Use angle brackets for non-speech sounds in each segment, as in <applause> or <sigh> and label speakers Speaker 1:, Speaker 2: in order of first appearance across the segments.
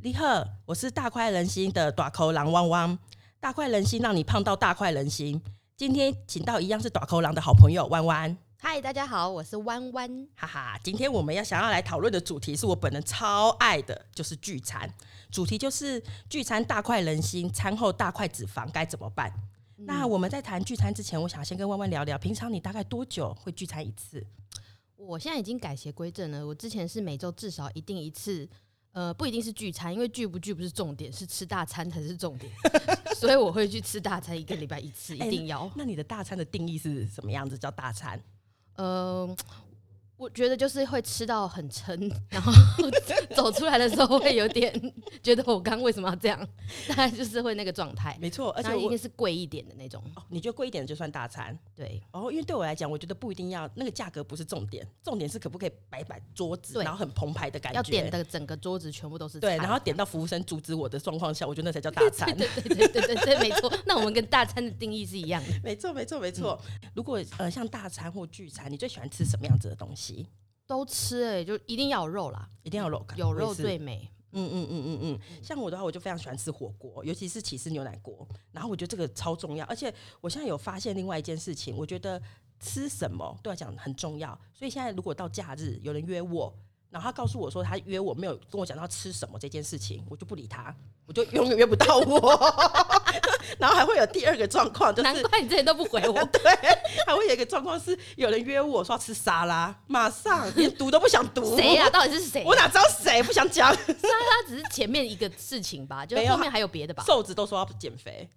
Speaker 1: 你好，我是大快人心的短口狼汪汪，大快人心让你胖到大快人心。今天请到一样是短口狼的好朋友弯弯，
Speaker 2: 嗨，大家好，我是弯弯。
Speaker 1: 哈哈。今天我们要想要来讨论的主题是我本人超爱的，就是聚餐。主题就是聚餐大快人心，餐后大块脂肪该怎么办？那我们在谈聚餐之前，我想先跟弯弯聊聊，平常你大概多久会聚餐一次？
Speaker 2: 我现在已经改邪归正了，我之前是每周至少一定一次，呃，不一定是聚餐，因为聚不聚不是重点，是吃大餐才是重点， <laughs> 所以我会去吃大餐，一个礼拜一次，一
Speaker 1: <laughs> 哎
Speaker 2: 定要。
Speaker 1: 那你的大餐的定义是什么样子？叫大餐？
Speaker 2: 呃，我觉得就是会吃到很撑， <laughs>
Speaker 1: <laughs>
Speaker 2: 然后走出来的时候会有点觉得我刚为什么要这样， <laughs> 大概就是会那个状态，
Speaker 1: 没错，而且
Speaker 2: 那应
Speaker 1: 我
Speaker 2: 该是贵一点的那种，
Speaker 1: 哦，你觉得贵一点就算大餐？
Speaker 2: 对。
Speaker 1: 哦，因为对我来讲，我觉得不一定要那个价格不是重点，重点是可不可以摆摆桌子，
Speaker 2: 对
Speaker 1: 然后很澎湃的感觉。
Speaker 2: 要点的整个桌子全部都是
Speaker 1: 对，
Speaker 2: 菜
Speaker 1: 然后点到服务生阻止我的状况下，我觉得那才叫大餐。
Speaker 2: 对对对对对对，没
Speaker 1: <laughs>
Speaker 2: 错。那我们跟大餐的定义是一样的。
Speaker 1: 没错，没错，没错。
Speaker 2: 嗯
Speaker 1: 如果呃像大餐或聚餐，你最喜欢吃什么样子的东西？
Speaker 2: 都吃哎、就一定要有肉啦，
Speaker 1: 一定要有肉感，
Speaker 2: 有
Speaker 1: 哎我也
Speaker 2: 肉
Speaker 1: 是
Speaker 2: 最美。
Speaker 1: 嗯嗯嗯嗯嗯，像我的话，我就非常喜欢吃火锅，尤其是起司牛奶锅。然后我觉得这个超重要，而且我现在有发现另外一件事情，我觉得吃什么对我来讲很重要。所以现在如果到假日有人约我，然后他告诉我说他约我没有跟我讲到吃什么这件事情，我就不理他，我就永远约不到我。 <laughs> 然后还会有第二个状况，就是，
Speaker 2: 难怪你之前都不回我
Speaker 1: <laughs> 对，还会有一个状况是有人约我说要吃沙拉，马上
Speaker 2: <laughs>
Speaker 1: 连读都不想读。
Speaker 2: 谁呀、到底是谁？
Speaker 1: 我哪知道谁不想讲？
Speaker 2: 他只是前面一个事情
Speaker 1: <laughs>
Speaker 2: 吧，就
Speaker 1: 没
Speaker 2: 是
Speaker 1: 有
Speaker 2: 后面还有别的吧。
Speaker 1: 瘦子都说要减肥，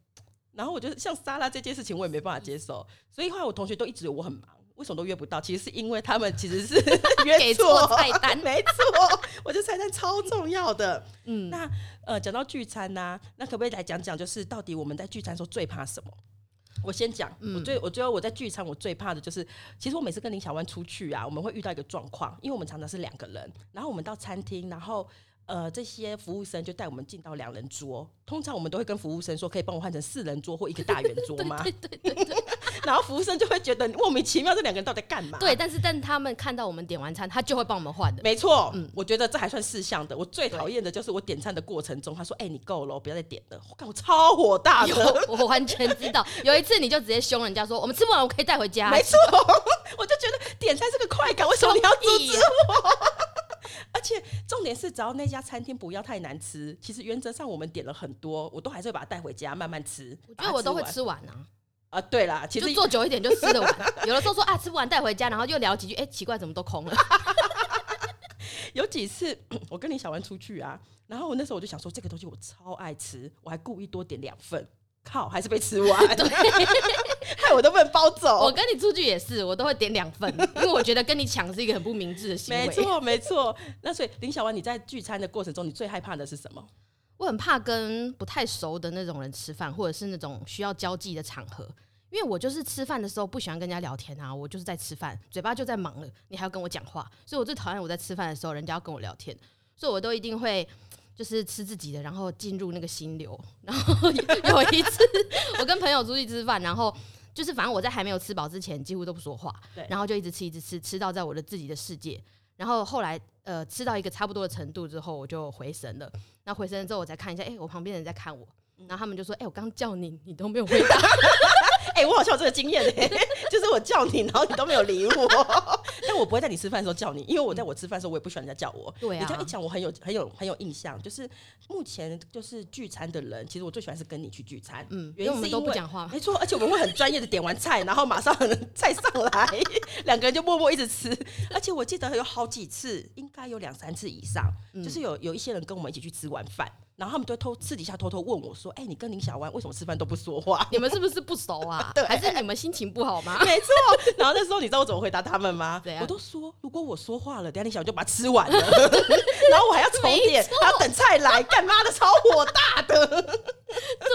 Speaker 1: 然后我就像沙拉这件事情，我也没办法接受，所以后来我同学都一直以为我很忙，为什么都约不到？其实是因为他们其实
Speaker 2: <laughs>
Speaker 1: 是约
Speaker 2: 给错
Speaker 1: 错
Speaker 2: 菜单
Speaker 1: <laughs> 没错，我觉得菜单超重要的。
Speaker 2: 嗯，
Speaker 1: 那呃，讲到聚餐呐、那可不可以来讲讲，就是到底我们在聚餐的时候最怕什么？我先讲，我最我觉得我在聚餐我最怕的就是，其实我每次跟林小湾出去啊，我们会遇到一个状况，因为我们常常是两个人，然后我们到餐厅，然后呃这些服务生就带我们进到两人桌，通常我们都会跟服务生说，可以帮我换成四人桌或一个大圆桌
Speaker 2: <laughs>
Speaker 1: 吗？对对对然后服务生就会觉得莫名其妙，这两个人到底在干嘛？
Speaker 2: 对，但是但他们看到我们点完餐，他就会帮我们换的。嗯
Speaker 1: 没错，我觉得这还算事项的。我最讨厌的就是我点餐的过程中，他说：“哎、你够了，不要再点了。”我靠，我超火大
Speaker 2: 有
Speaker 1: 的，，
Speaker 2: <laughs> 我完全知道。有一次你就直接凶人家说：“我们吃不完，我可以带回
Speaker 1: <laughs>
Speaker 2: 家。”
Speaker 1: 没错，我就觉得点餐是个快感，为什么你
Speaker 2: <laughs>
Speaker 1: 要
Speaker 2: 哎
Speaker 1: 阻止我？而且重点是，只要那家餐厅不要太难吃，其实原则上我们点了很多，我都还是会把它带回家慢慢吃。
Speaker 2: 我觉得我都会
Speaker 1: 把它
Speaker 2: 吃完啊，
Speaker 1: 完啊、对啦，其
Speaker 2: 就
Speaker 1: 实
Speaker 2: 坐久一点就吃得完。有的时候说啊吃不完带回家，然后又聊几句，哎、奇怪怎么都空了。 <laughs>
Speaker 1: 有几次 <clears throat> 我跟你小丸出去啊，然后我那时候我就想说这个东西我超爱吃，我还故意多点两份，靠，还是被吃完， <laughs> 害我都不能包走。
Speaker 2: 我跟你出去也是，我都会点两份，因为我觉得跟你抢是一个很不明智的行为。
Speaker 1: 没错，没错。那所以林小丸，你在聚餐的过程中，你最害怕的是什么？ <laughs>
Speaker 2: 我很怕跟不太熟的那种人吃饭，或者是那种需要交际的场合，因为我就是吃饭的时候不喜欢跟人家聊天啊，我就是在吃饭，嘴巴就在忙了，你还要跟我讲话，所以我最讨厌我在吃饭的时候人家要跟我聊天，所以我都一定会。就是吃自己的，然后进入那个心流。然后 <laughs> 有一次，我跟朋友出去吃饭，然后就是反正我在还没有吃饱之前，几乎都不说话
Speaker 1: 对，
Speaker 2: 然后就一直吃，一直吃，吃到在我的自己的世界。然后后来呃，吃到一个差不多的程度之后，我就回神了。那回神之后，我才看一下，哎、我旁边人在看我，
Speaker 1: 嗯
Speaker 2: 然后他们就说，哎、我刚叫你，你都没有回答。
Speaker 1: <laughs> 哎、我好像有这个经验 <laughs> 呢、就是我叫你，然后你都没有理我。 <laughs> 但我不会在你吃饭的时候叫你，因为我在我吃饭的时候，我也不喜欢人家叫我。
Speaker 2: 对啊
Speaker 1: 你这样一讲，我很有很有很有印象。就是目前就是聚餐的人，其实我最喜欢是跟你去聚餐。
Speaker 2: 嗯，因
Speaker 1: 原
Speaker 2: 为
Speaker 1: 因
Speaker 2: 我
Speaker 1: 是
Speaker 2: 们
Speaker 1: 因
Speaker 2: 都不
Speaker 1: 为 <laughs>
Speaker 2: 讲话，
Speaker 1: 没错，而且我们会很专业的点完菜，然后马上菜上来，两个人就默默一直吃。 <laughs> 而且我记得有好几次，应该有两三次以上，就是有有一些人跟我们一起去吃完饭，然后他们都会偷私底下偷偷问我说：“哎、你跟林小湾为什么吃饭都不说话
Speaker 2: 你们是不是不熟啊？还是你们心情不好吗？”？
Speaker 1: <laughs> 没错，然后那时候你知道我怎么回答他们吗
Speaker 2: 怎？样
Speaker 1: 我都说如果我说话了，等一下林小湾就把它吃完 <laughs> 了，然后我还要重点
Speaker 2: 没，错
Speaker 1: 还要等菜来，干妈的超火 <laughs> 大的。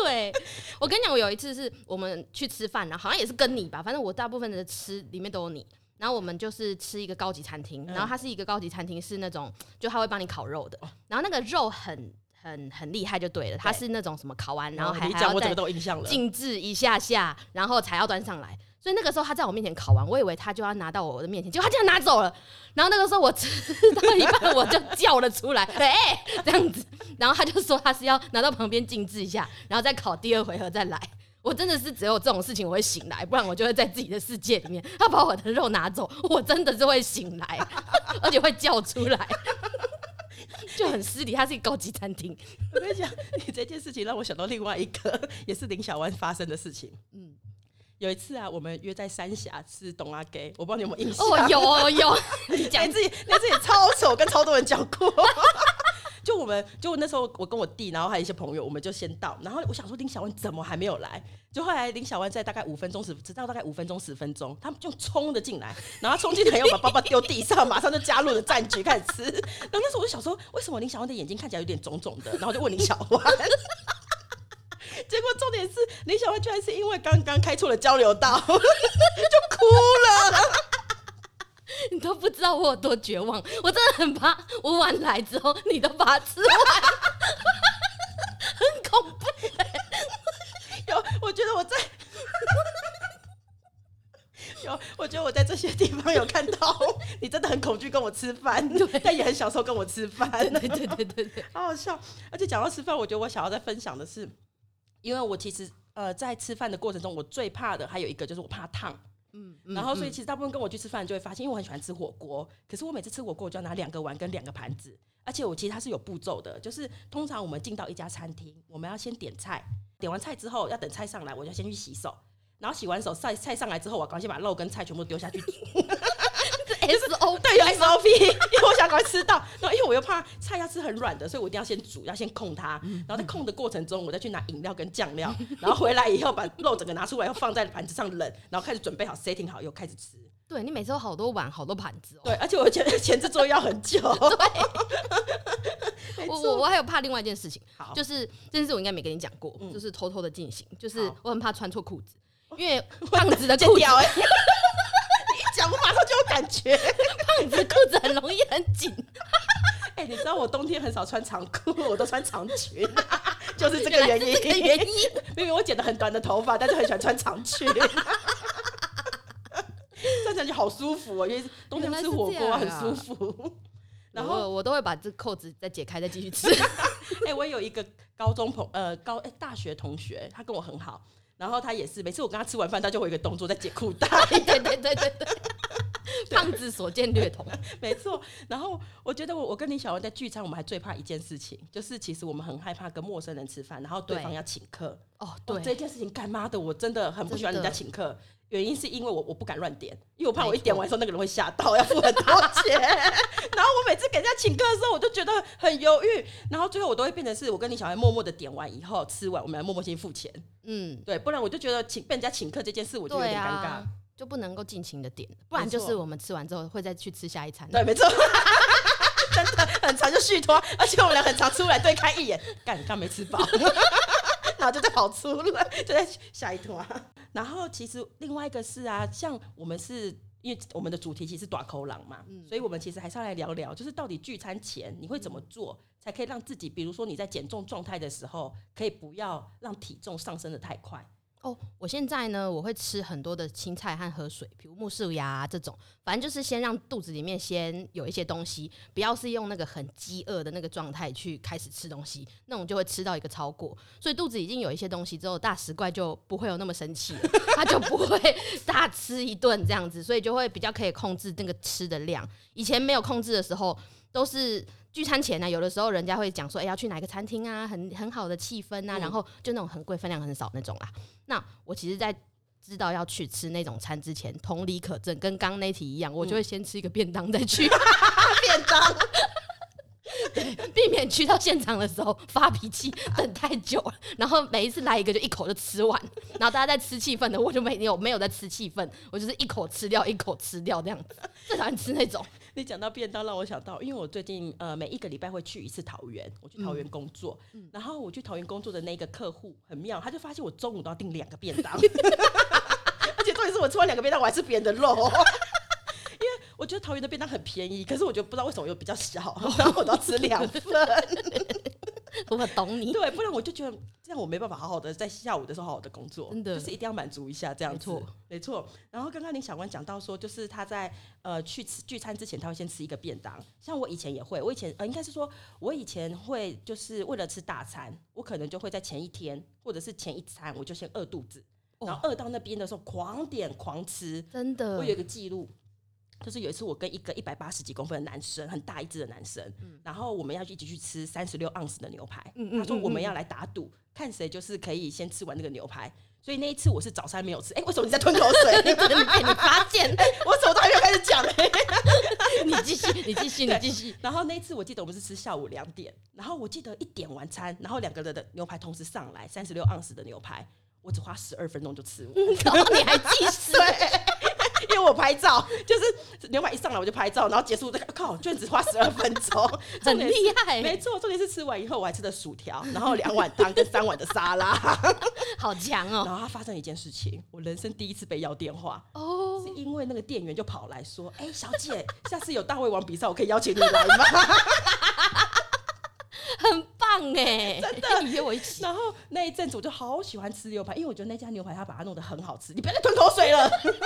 Speaker 2: 对，我跟你讲，我有一次是我们去吃饭，然后好像也是跟你吧，反正我大部分的吃里面都有你。然后我们就是吃一个高级餐厅，
Speaker 1: 嗯
Speaker 2: 然后它是一个高级餐厅，是那种就他会帮你烤肉的，然后那个肉很很很厉害就对了，它
Speaker 1: 哦对哦
Speaker 2: 是那种什么烤完，然后还
Speaker 1: 你
Speaker 2: 还
Speaker 1: 讲
Speaker 2: 要
Speaker 1: 我整
Speaker 2: 再
Speaker 1: 个都有印象了。
Speaker 2: 静置一下下，然后才要端上来。所以那个时候他在我面前考完，我以为他就要拿到我的面前，结果他竟然拿走了。然后那个时候我吃到一半，我就叫了出来， <laughs> 哎、这样子。然后他就说他是要拿到旁边静置一下，然后再考第二回合再来。我真的是只有这种事情我会醒来，不然我就会在自己的世界里面。他把我的肉拿走，我真的是会醒来， <laughs> 而且会叫出来， <laughs> 就很失礼。它是一个高级餐厅，
Speaker 1: <laughs> 我跟你讲，你这件事情让我想到另外一个，也是林小湾发生的事情。嗯，有一次啊，我们约在三峡吃董阿给，我不知道你有没有印象。
Speaker 2: 哦，有哦有， <laughs> 你讲
Speaker 1: 你自己，你自己超丑，跟超多人讲过。 <laughs> 就我们，就那时候我跟我弟，然后还有一些朋友，我们就先到。然后我想说林小湾怎么还没有来？就后来林小湾在大概五分钟十，直到大概五分钟十分钟，他们就冲了进来，然后他冲进来以后把包包丢地上，马上就加入了战局开始吃。 <laughs> 然后那时候我就想说，为什么林小湾的眼睛看起来有点肿肿的？然后就问林小湾。 <laughs> 结果重点是，林小湾居然是因为刚刚开错了交流道， <laughs> 就哭了。
Speaker 2: 你都不知道我有多绝望，我真的很怕我晚来之后你都把它吃完，很恐怖。
Speaker 1: 有，我觉得我在有，我觉得我在这些地方有看到你真的很恐惧跟我吃饭，但也很享受跟我吃饭，
Speaker 2: <laughs> 对对对对对，
Speaker 1: 好好笑。而且讲到吃饭，我觉得我想要再分享的是，因为我其实呃在吃饭的过程中，我最怕的还有一个就是我怕烫。
Speaker 2: 嗯，
Speaker 1: 然后，所以其实大部分跟我去吃饭就会发现，因为我很喜欢吃火锅，可是我每次吃火锅，我就要拿两个碗跟两个盘子，而且我其实它是有步骤的，就是通常我们进到一家餐厅，我们要先点菜，点完菜之后要等菜上来，我就先去洗手，然后洗完手菜菜上来之后，我赶紧把肉跟菜全部丢下
Speaker 2: <laughs>
Speaker 1: 去煮，
Speaker 2: 是 S
Speaker 1: <laughs>
Speaker 2: O
Speaker 1: 对，有 SOP，因为我想赶快吃到，然后因为我又怕菜要吃很软的，所以我一定要先煮，要先控它，
Speaker 2: 嗯
Speaker 1: 然后在控的过程中，我再去拿饮料跟酱料，然后回来以后把肉整个拿出来，要放在盘子上冷，然后开始准备好 setting 好，又开始吃。
Speaker 2: 对你每次有好多碗，好多盘子哦。
Speaker 1: 对，而且我前前置作业要很
Speaker 2: <laughs>
Speaker 1: 久。 <laughs> 没
Speaker 2: 我
Speaker 1: 错
Speaker 2: 我我还有怕另外一件事情，
Speaker 1: 好，
Speaker 2: 就是这件事我应该没跟你讲过，
Speaker 1: 嗯
Speaker 2: 就是偷偷的进行，就是
Speaker 1: 好
Speaker 2: 我很怕穿错裤 <laughs> 子，因为胖子的裤子
Speaker 1: 掉哎、 <laughs> 你一讲我马上就有感觉。
Speaker 2: 胖子裤子很容易很 <laughs> 紧，
Speaker 1: 哎、你知道我冬天很少穿长裤，我都穿长裙， <laughs> 就是这个
Speaker 2: 原来
Speaker 1: 原
Speaker 2: <laughs> 是
Speaker 1: 因。
Speaker 2: 这个原因，
Speaker 1: <laughs> 明明我剪的很短的头发，但是很喜欢穿长裙。 <laughs> 穿长裙好舒服哦，因为冬天吃火锅、
Speaker 2: 原来
Speaker 1: 很
Speaker 2: 是这样啊哦
Speaker 1: 舒服。然后
Speaker 2: 我我都会把这扣子再解开再继续吃。 <laughs>
Speaker 1: 哎、我有一个高中朋呃高哎、大学同学，他跟我很好，然后他也是每次我跟他吃完饭，他就会有一个动作在解裤带，
Speaker 2: 对对对对对 <laughs> 对，胖子所见略同。
Speaker 1: 没错。然后我觉得我我跟林小文在聚餐，我们还最怕一件事情，就是其实我们很害怕跟陌生人吃饭，然后对
Speaker 2: 对
Speaker 1: 方要请客。
Speaker 2: 哦，
Speaker 1: 哦，这件事情干妈的，我真的很不喜欢人
Speaker 2: 真的
Speaker 1: 家请客，原因是因为我我不敢乱点，因为我怕我
Speaker 2: 没
Speaker 1: 一点
Speaker 2: 错
Speaker 1: 完之后那个人会吓到，要付很多钱。 <laughs> 然后我每次给人家请客的时候，我就觉得很犹豫，然后最后我都会变成是我跟你小孩默默的点完以后吃完，我们来默默先付钱。
Speaker 2: 嗯，
Speaker 1: 对，不然我就觉得请被人家请客这件事，我就有点尴尬。
Speaker 2: 啊，就不能够尽情的点，不然
Speaker 1: 没错
Speaker 2: 就是我们吃完之后会再去吃下一餐。
Speaker 1: 对，没错， <laughs> 真的很常就续拖，而且我们俩很常出来对看一眼，干你刚没吃饱， <laughs> 然后就在跑出来，就在下一拖。然后其实另外一个是啊，像我们是。因为我们的主题其实是短口狼嘛，所以我们其实还是要来聊聊，就是到底聚餐前你会怎么做，才可以让自己，比如说你在减重状态的时候，可以不要让体重上升的太快。
Speaker 2: 哦，我现在呢，我会吃很多的青菜和喝水，比如木薯芽、啊这种，反正就是先让肚子里面先有一些东西，不要是用那个很饥饿的那个状态去开始吃东西，那种就会吃到一个超过，所以肚子已经有一些东西之后，大食怪就不会有那么生气了，他就不会大吃一顿这样子，所以就会比较可以控制那个吃的量。以前没有控制的时候，都是。聚餐前啊呢、有的时候人家会讲说，哎、要去哪个餐厅啊，很很好的气氛啊，
Speaker 1: 嗯
Speaker 2: 然后就那种很贵、分量很少那种啦。啊那我其实，在知道要去吃那种餐之前，同理可证，跟刚刚那题一样，我就会先吃一个便当再去，
Speaker 1: 嗯 <laughs> 便当，
Speaker 2: <laughs> 避免去到现场的时候发脾气，等太久了。然后每一次来一个就一口就吃完，然后大家在吃气氛的，我就没有没有在吃气氛，我就是一口吃掉，一口吃掉这样子，最讨厌吃那种。
Speaker 1: 你讲到便当，让我想到，因为我最近呃每一个礼拜会去一次桃园，我去桃园工作，然后我去桃园工作的那个客户很妙，他就发现我中午都要订两个便当，而且重点是我吃完两个便当，我还吃别人的肉。 <laughs> 因为我觉得桃园的便当很便宜，可是我觉得不知道为什么又比较小，然后我都要吃两份。
Speaker 2: 我懂你，
Speaker 1: 对，不然我就觉得这样我没办法好好的在下午的时候好好的工作，
Speaker 2: 真的
Speaker 1: 就是一定要满足一下这样
Speaker 2: 没
Speaker 1: 子。
Speaker 2: 错
Speaker 1: 没错。然后刚刚林小关讲到说，就是他在呃去吃聚餐之前，他会先吃一个便当。像我以前也会，我以前呃应该是说，我以前会就是为了吃大餐，我可能就会在前一天或者是前一餐，我就先饿肚子，
Speaker 2: 哦
Speaker 1: 然后饿到那边的时候狂点狂吃，
Speaker 2: <laughs> 真的
Speaker 1: 我有一个记录，就是有一次我跟一个一百八十几公分的男生，很大一只的男生，然后我们要一起去吃三十六盎司的牛排。
Speaker 2: 嗯嗯嗯
Speaker 1: 他说
Speaker 2: 嗯
Speaker 1: 我们要来打赌，看谁就是可以先吃完那个牛排。所以那一次我是早餐没有吃，哎、为什么你在吞口水？哎
Speaker 2: 被 <laughs> 你发现，
Speaker 1: <laughs> 我什么都还没有开始讲、哎
Speaker 2: 你继续，你继续，你继续。
Speaker 1: <laughs> 然后那一次我记得我们是吃下午两点，然后我记得一点完餐，然后两个人的牛排同时上来，三十六盎司的牛排，我只花十二分钟就吃完。
Speaker 2: 然后哦你还计
Speaker 1: <laughs>
Speaker 2: 时，
Speaker 1: 因为我拍照，就是牛排一上来我就拍照，然后结束这个，靠，居然只花十二分钟，
Speaker 2: <laughs> 很
Speaker 1: 重点是
Speaker 2: 厉害
Speaker 1: 没，错，重点是吃完以后我还吃了薯条，然后两碗汤跟三碗的沙拉。
Speaker 2: <laughs> 好强哦！
Speaker 1: 然后它发生了一件事情，我人生第一次被要电话，
Speaker 2: 哦，
Speaker 1: 是因为那个店员就跑来说：“哎、小姐，下次有大胃王比赛，我可以邀请你来吗
Speaker 2: 很棒哎，真的，你约我一？”起。
Speaker 1: 然后那一阵子我就好喜欢吃牛排，因为我觉得那家牛排它把它弄得很好吃。你不要再吞口水了。 <laughs>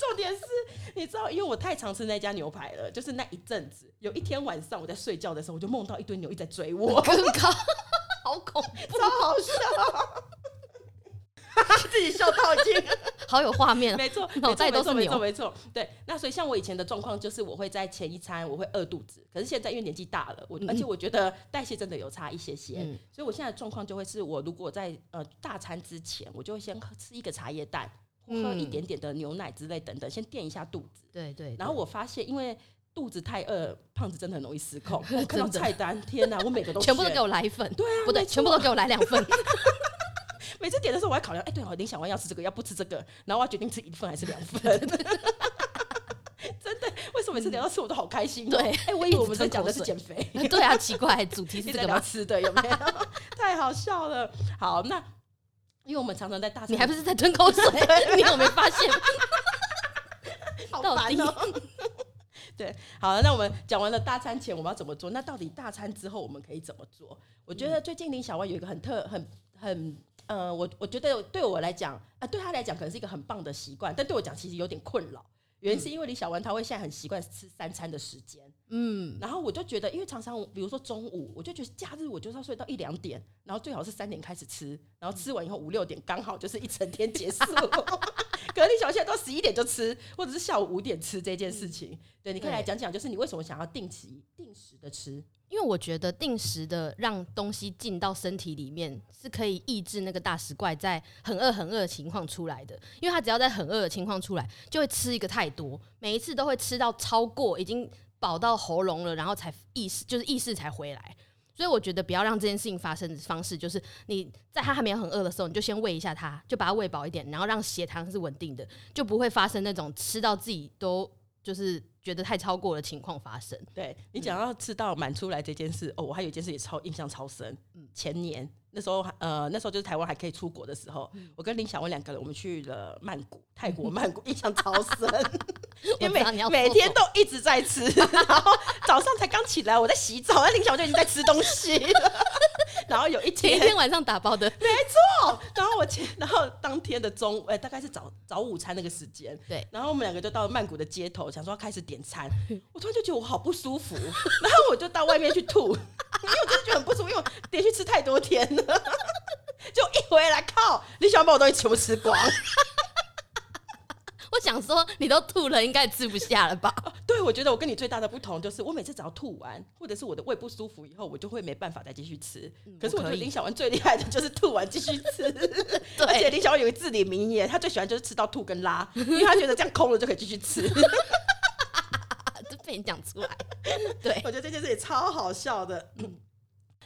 Speaker 1: 重点是，你知道，因为我太常吃那家牛排了，就是那一阵子，有一天晚上我在睡觉的时候，我就梦到一堆牛一直在追我。 <laughs>
Speaker 2: 更高，好恐怖，
Speaker 1: 超好笑，自己笑到已经
Speaker 2: 好有画面哦。
Speaker 1: 没错，
Speaker 2: 脑袋
Speaker 1: 没
Speaker 2: 都
Speaker 1: 错
Speaker 2: 是
Speaker 1: 没错
Speaker 2: 牛，
Speaker 1: 没错。对，那所以像我以前的状况就是，我会在前一餐我会饿肚子，可是现在因为年纪大了，我而且我觉得代谢真的有差一些些，
Speaker 2: 嗯
Speaker 1: 所以我现在的状况就会是我如果在呃大餐之前，我就会先喝吃一个茶叶蛋，喝一点点的牛奶之类等等，先垫一下肚子。
Speaker 2: 对嗯对。
Speaker 1: 然后我发现，因为肚子太饿，胖子真的很容易失
Speaker 2: <laughs>
Speaker 1: 控。我看到
Speaker 2: 真的
Speaker 1: 菜单，天哪，我每个都
Speaker 2: 全部都给
Speaker 1: 我。
Speaker 2: 我来一份，
Speaker 1: 对啊，
Speaker 2: 不对，
Speaker 1: 没错
Speaker 2: 全部都给我来两
Speaker 1: <laughs>
Speaker 2: 份。
Speaker 1: 每次点的时候，我还考量，哎、对哦，林小万要吃这个，要不吃这个，然后我要决定吃一份还是两份。真 <laughs> 的，为什么每次聊到吃我都好开心、
Speaker 2: 嗯对
Speaker 1: 哎、我以为我们在讲的是减肥，
Speaker 2: 对啊，奇怪，主题
Speaker 1: 一
Speaker 2: 是
Speaker 1: 直
Speaker 2: 这
Speaker 1: 在
Speaker 2: 个
Speaker 1: 聊
Speaker 2: 吗？
Speaker 1: 吃的，有没
Speaker 2: <laughs>
Speaker 1: 有？太好笑了。好，那因为我们常常在大餐，
Speaker 2: 你还不是在吞口
Speaker 1: <laughs>
Speaker 2: 水？你有没有发现？
Speaker 1: 好
Speaker 2: 到
Speaker 1: 烦
Speaker 2: 底
Speaker 1: 哦、
Speaker 2: <laughs>
Speaker 1: 对，好了，那我们讲完了大餐前我们要怎么做？那到底大餐之后我们可以怎么做？我觉
Speaker 2: 嗯
Speaker 1: 得最近林小万有一个很特、很、很，呃，我我觉得对我来讲，啊、对他来讲可能是一个很棒的习惯，但对我讲其实有点困扰。原因是因为李小文他会现在很习惯吃三餐的时间，
Speaker 2: 嗯，
Speaker 1: 然后我就觉得，因为常常我比如说中午，我就觉得假日我就是要睡到一两点，然后最好是三点开始吃，然后吃完以后五六点刚好就是一整天结束。可能你想现在到十一点就吃，或者是下午五点吃这件事情，对，你可以
Speaker 2: 对
Speaker 1: 来讲讲，就是你为什么想要定期定时的吃？
Speaker 2: 因为我觉得定时的让东西进到身体里面，是可以抑制那个大食怪在很饿很饿的情况出来的。因为他只要在很饿的情况出来，就会吃一个太多，每一次都会吃到超过，已经饱到喉咙了，然后才意识就是意识才回来。所以我觉得不要让这件事情发生的方式，就是你在他还没有很饿的时候，你就先喂一下他，就把他喂饱一点，然后让血糖是稳定的，就不会发生那种吃到自己都就是觉得太超过的情况发生。
Speaker 1: 对你讲到吃到满出来这件事，哦，我还有一件事也超印象超深。前年那时候还，呃，那时候就是台湾还可以出国的时候，我跟林小文两个人，我们去了曼谷，泰国曼谷，印象超深， <laughs> 因为
Speaker 2: 我知道你
Speaker 1: 每
Speaker 2: 要
Speaker 1: 每
Speaker 2: 说
Speaker 1: 天都一直在吃， <laughs> 然后早上才刚起来，我在洗澡，那林小文就已经在吃东西 <laughs> 了。然后有一
Speaker 2: 前一
Speaker 1: 天，
Speaker 2: 天晚上打
Speaker 1: <laughs>
Speaker 2: 包的，
Speaker 1: 哦，然后我前，然后当天的中午，哎、大概是早早午餐那个时间，
Speaker 2: 对
Speaker 1: 然后我们两个就到曼谷的街头，想说要开始点
Speaker 2: <laughs>
Speaker 1: 餐，我突然就觉得我好不舒服，然后我就到外面去吐，因 <laughs> 为我真的觉得很不舒服，因为我连续吃太多天了， <laughs> 就一回来靠，你想把我东西全部吃光，
Speaker 2: 我想说，你都吐了，应该吃不下
Speaker 1: <laughs>
Speaker 2: 了吧？
Speaker 1: 对我觉得我跟你最大的不同就是，我每次只要吐完，或者是我的胃不舒服以后，我就会没办法再继续吃，可是我觉
Speaker 2: 嗯我可
Speaker 1: 得
Speaker 2: 以
Speaker 1: 林小文最厉害的就是吐完继续吃。 <laughs> 而且
Speaker 2: <laughs> 对，
Speaker 1: 林小婉有一至理名言，他最喜欢就是吃到吐跟拉，因为他觉得这样空了就可以继续
Speaker 2: <laughs>
Speaker 1: 吃。
Speaker 2: 啊就被你讲出来。
Speaker 1: <laughs>
Speaker 2: 对，
Speaker 1: 我觉得这件事也超好笑的。
Speaker 2: 嗯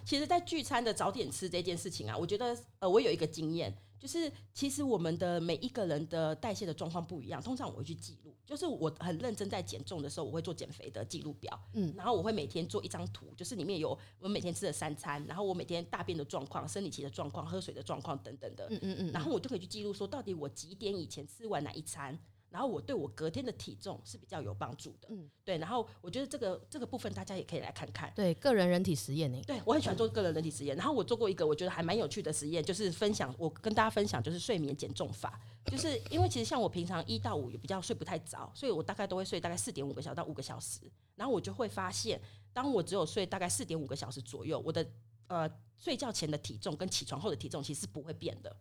Speaker 1: 其实，在聚餐的早点吃这件事情啊，我觉得呃，我有一个经验，就是其实我们的每一个人的代谢的状况不一样，通常我会去记录，就是我很认真在减重的时候，我会做减肥的记录表，嗯
Speaker 2: 嗯，
Speaker 1: 然后我会每天做一张图，就是里面有我每天吃的三餐，然后我每天大便的状况、生理期的状况、喝水的状况等等的，
Speaker 2: 嗯嗯嗯，
Speaker 1: 然后我就可以去记录说，到底我几点以前吃完哪一餐，然后我对我隔天的体重是比较有帮助的。
Speaker 2: 嗯
Speaker 1: 嗯，对。然后我觉得这个这个部分大家也可以来看看。
Speaker 2: 对，个人人体实验呢、
Speaker 1: 对我很喜欢做个人人体实验，然后我做过一个我觉得还蛮有趣的实验，就是分享我跟大家分享就是睡眠减重法，就是因为其实像我平常一到五也比较睡不太着，所以我大概都会睡大概四点五个小时到五个小时，然后我就会发现，当我只有睡大概四点五个小时左右，我的呃睡觉前的体重跟起床后的体重其实是不会变的。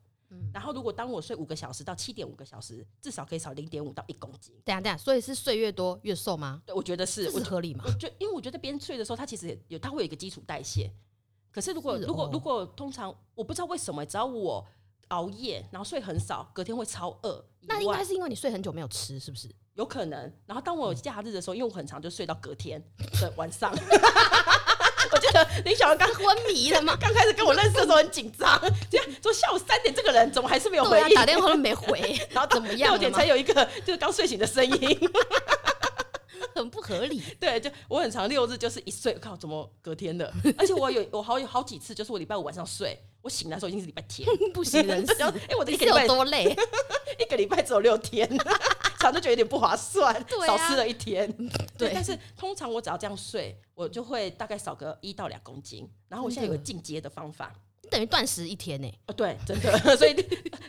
Speaker 1: 然后如果当我睡五个小时到七点五个小时，至少可以少零点五到一公斤。
Speaker 2: 等一下等一下，所以是睡越多越瘦吗？
Speaker 1: 对，我觉得是，
Speaker 2: 这
Speaker 1: 我
Speaker 2: 是合理吗？
Speaker 1: 我就因为我觉得边睡的时候，它其实也有它会有一个基础代谢。可是如果、
Speaker 2: 是哦
Speaker 1: 如果如果通常我不知道为什么，只要我熬夜，然后睡很少，隔天会超饿。
Speaker 2: 那
Speaker 1: 以
Speaker 2: 应
Speaker 1: 外
Speaker 2: 该是因为嗯你睡很久没有吃，是不
Speaker 1: <laughs>
Speaker 2: 是？
Speaker 1: 有可能。然后当我有假日的时候，因为我很常就睡到隔天的晚上。 <laughs> 我记得林小文刚
Speaker 2: 昏迷了吗？
Speaker 1: 刚开始跟我认识的时候很紧张，这样说下午三点这个人怎么还是没有回
Speaker 2: 对啊，
Speaker 1: 应？
Speaker 2: 打电话都没回，
Speaker 1: <laughs> 然后
Speaker 2: 怎么
Speaker 1: 六
Speaker 2: 样了
Speaker 1: 点
Speaker 2: 吗
Speaker 1: 才？有一个就是刚睡醒的声音。
Speaker 2: 很不
Speaker 1: <laughs>
Speaker 2: 合理。
Speaker 1: 对，就我很常六日就是一睡，靠，怎么隔天的？而且我有我好有好几次，就是我礼拜五晚上睡，我醒来的时候已经是礼拜天。
Speaker 2: <laughs> 不省人事
Speaker 1: 就。 <laughs> 哎、我的一个
Speaker 2: 你是
Speaker 1: 礼
Speaker 2: 有
Speaker 1: 拜
Speaker 2: 多累？
Speaker 1: 一个礼拜只有六天， <laughs> 想就觉得有点不划算，
Speaker 2: <laughs> 对啊
Speaker 1: 少吃了一天。
Speaker 2: <laughs> 对
Speaker 1: 但是通常我只要这样睡，我就会大概少个一到两公斤。然后我现在有个进阶的方法。
Speaker 2: 你等于断食一天呢、
Speaker 1: 哦，对，真的， <laughs> 所以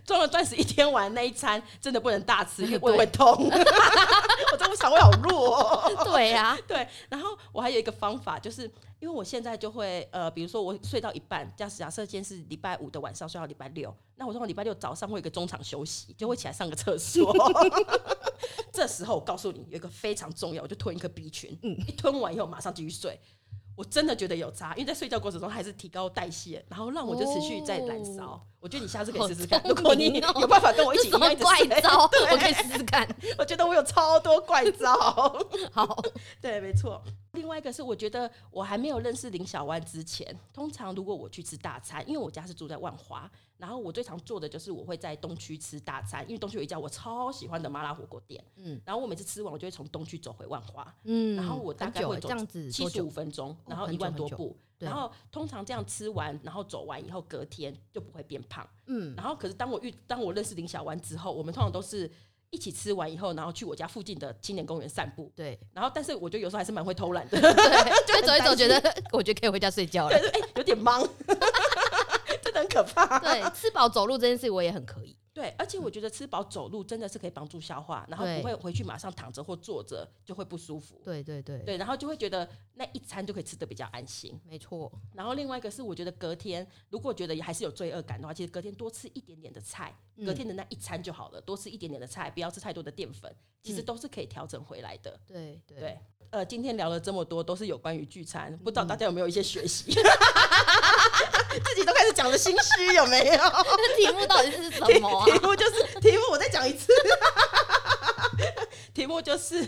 Speaker 1: 中了断食一天完那一餐真的不能大吃，因为胃会痛。 <laughs> 我真的肠胃好弱、哦。
Speaker 2: 对啊呀、
Speaker 1: 对，然后我还有一个方法，就是因为我现在就会呃，比如说我睡到一半，假假设今天是礼拜五的晚上睡到礼拜六，那我通常礼拜六早上会有一个中场休息，就会起来上个厕所。 <laughs> 这时候我告诉你，有一个非常重要，我就吞一颗 B 群，
Speaker 2: 嗯
Speaker 1: 一吞完以后马上继续睡。我真的觉得有差，因为在睡觉过程中还是提高代谢，然后让我就持续在燃烧。
Speaker 2: 哦
Speaker 1: 我觉得你下次可
Speaker 2: 好
Speaker 1: 以试试看，
Speaker 2: 聪
Speaker 1: 如果你
Speaker 2: 明哦
Speaker 1: 有办法跟我一
Speaker 2: 这
Speaker 1: 起一
Speaker 2: 什么
Speaker 1: 样一直
Speaker 2: 怪
Speaker 1: 睡，
Speaker 2: 招？我可以
Speaker 1: 对，
Speaker 2: 试试看。
Speaker 1: 我觉得我有超多怪招。
Speaker 2: <laughs>
Speaker 1: <laughs>
Speaker 2: 好，
Speaker 1: 对，没错。另外一个是，我觉得我还没有认识林小湾之前，通常如果我去吃大餐，因为我家是住在万华，然后我最常做的就是我会在东区吃大餐，因为东区有一家我超喜欢的麻辣火锅店，
Speaker 2: 嗯
Speaker 1: 嗯，然后我每次吃完，我就会从东区走回万华，
Speaker 2: 嗯
Speaker 1: 然后我大
Speaker 2: 很
Speaker 1: 概
Speaker 2: 久
Speaker 1: 会
Speaker 2: 欸
Speaker 1: 走
Speaker 2: 这样子
Speaker 1: 七
Speaker 2: 多
Speaker 1: 十五
Speaker 2: 久？
Speaker 1: 分钟，然
Speaker 2: 哦
Speaker 1: 后
Speaker 2: 很
Speaker 1: 一
Speaker 2: 久
Speaker 1: 万
Speaker 2: 很
Speaker 1: 多
Speaker 2: 久
Speaker 1: 步，
Speaker 2: 对啊
Speaker 1: 然后通常这样吃完，然后走完以后，隔天就不会变胖。
Speaker 2: 嗯，
Speaker 1: 然后可是当我遇当我认识林小湾之后，我们通常都是一起吃完以后，然后去我家附近的青年公园散步，
Speaker 2: 对
Speaker 1: 然后，但是我觉得有时候还是蛮会偷懒的，
Speaker 2: <laughs> 对，就走一走，
Speaker 1: 担心
Speaker 2: 觉 <laughs> 得我觉得可以回家睡觉
Speaker 1: 对，
Speaker 2: 了。
Speaker 1: 就哎、有点忙， <laughs> 真的很可怕。
Speaker 2: 对，吃饱走路这件事我也很可以。
Speaker 1: 对，而且我觉得吃饱走路真的是可以帮助消化，然后
Speaker 2: 对
Speaker 1: 不会回去马上躺着或坐着就会不舒服。
Speaker 2: 对对对，
Speaker 1: 对，然后就会觉得那一餐就可以吃的比较安心。
Speaker 2: 没错。
Speaker 1: 然后另外一个是，我觉得隔天如果觉得还是有罪恶感的话，其实隔天多吃一点点的菜，
Speaker 2: 嗯
Speaker 1: 隔天的那一餐就好了，多吃一点点的菜，不要吃太多的淀粉，其实都是可以调整回来的。
Speaker 2: 对对
Speaker 1: 对，呃，今天聊了这么多，都是有关于聚餐，不知
Speaker 2: 嗯
Speaker 1: 道大家有没有一些学
Speaker 2: <laughs>
Speaker 1: 习？自己都开始讲的心虚，有没有？
Speaker 2: 这 <laughs> 题目到底是什么啊？
Speaker 1: 题目就是题目，我再讲一次。 <laughs> 题目就是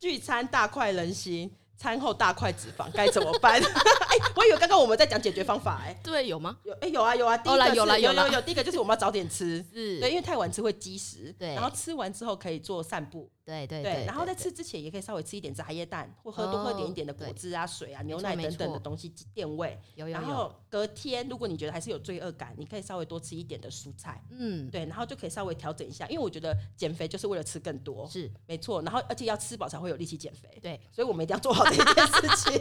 Speaker 1: 聚餐大快人心，餐后大块脂肪该怎么办？ <laughs> 哎、我以为刚刚我们在讲解决方法、哎，
Speaker 2: 对，有吗？
Speaker 1: 有哎、有啊有啊，第一
Speaker 2: 哦
Speaker 1: 个
Speaker 2: 啦
Speaker 1: 是、
Speaker 2: 有啦有
Speaker 1: 有
Speaker 2: 啦
Speaker 1: 有第一个就是我们要早点吃。
Speaker 2: 是，
Speaker 1: 对，因为太晚吃会积食，
Speaker 2: 对
Speaker 1: 然后吃完之后可以做散步，
Speaker 2: 对对
Speaker 1: 对，然后在
Speaker 2: 对
Speaker 1: 吃之前也可以稍微吃一点茶叶蛋，或喝
Speaker 2: 哦
Speaker 1: 多喝点一点的果
Speaker 2: 对
Speaker 1: 汁啊、水啊、牛
Speaker 2: 错
Speaker 1: 奶
Speaker 2: 没
Speaker 1: 等等的
Speaker 2: 错
Speaker 1: 东西垫胃。
Speaker 2: 有有
Speaker 1: 然
Speaker 2: 有，
Speaker 1: 后隔天，如果你觉得还是有罪恶感，你可以稍微多吃一点的蔬菜，
Speaker 2: 嗯，
Speaker 1: 对，然后就可以稍微调整一下，因为我觉得减肥就是为了吃更多，
Speaker 2: 是，
Speaker 1: 没错。然后而且要吃饱才会有力气减肥，
Speaker 2: 对，
Speaker 1: 所以我们一定要做好这件事情。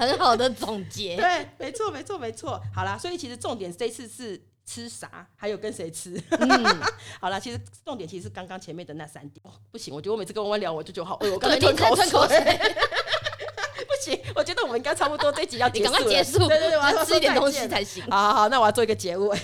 Speaker 2: 很好的总结。
Speaker 1: 对，没错，没错，没错。好啦，所以其实重点这次是吃啥，还有跟谁吃。
Speaker 2: 嗯
Speaker 1: <laughs> 好啦，其实重点其实是刚刚前面的那三点。哦，不行，我觉得我每次跟弯弯聊，我就觉得好饿，我刚才
Speaker 2: 对
Speaker 1: 吞
Speaker 2: 你在
Speaker 1: 口
Speaker 2: 吞
Speaker 1: 水。
Speaker 2: 口
Speaker 1: 不行，我觉得我们应该差不多这集要结
Speaker 2: 你
Speaker 1: 束
Speaker 2: 赶
Speaker 1: 了，
Speaker 2: 快结束，
Speaker 1: 对对对，我要
Speaker 2: 再
Speaker 1: 说
Speaker 2: 吃一点
Speaker 1: 再
Speaker 2: 东
Speaker 1: 见
Speaker 2: 西才 <laughs> 行。
Speaker 1: <laughs> 好好好，那我要做一个结尾。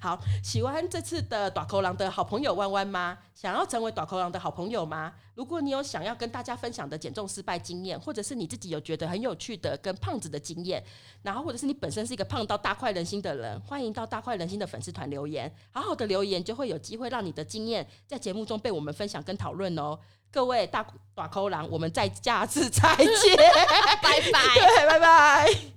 Speaker 1: 好，喜欢这次的短口狼的好朋友弯弯吗？想要成为短口狼的好朋友吗？如果你有想要跟大家分享的减重失败经验，或者是你自己有觉得很有趣的跟胖子的经验，然后或者是你本身是一个胖到大快人心的人，欢迎到大快人心的粉丝团留言，好好的留言就会有机会让你的经验在节目中被我们分享跟讨论哦。各位
Speaker 2: <laughs>
Speaker 1: 大短口狼，我们再下次再见，
Speaker 2: 拜拜。
Speaker 1: 对，拜拜。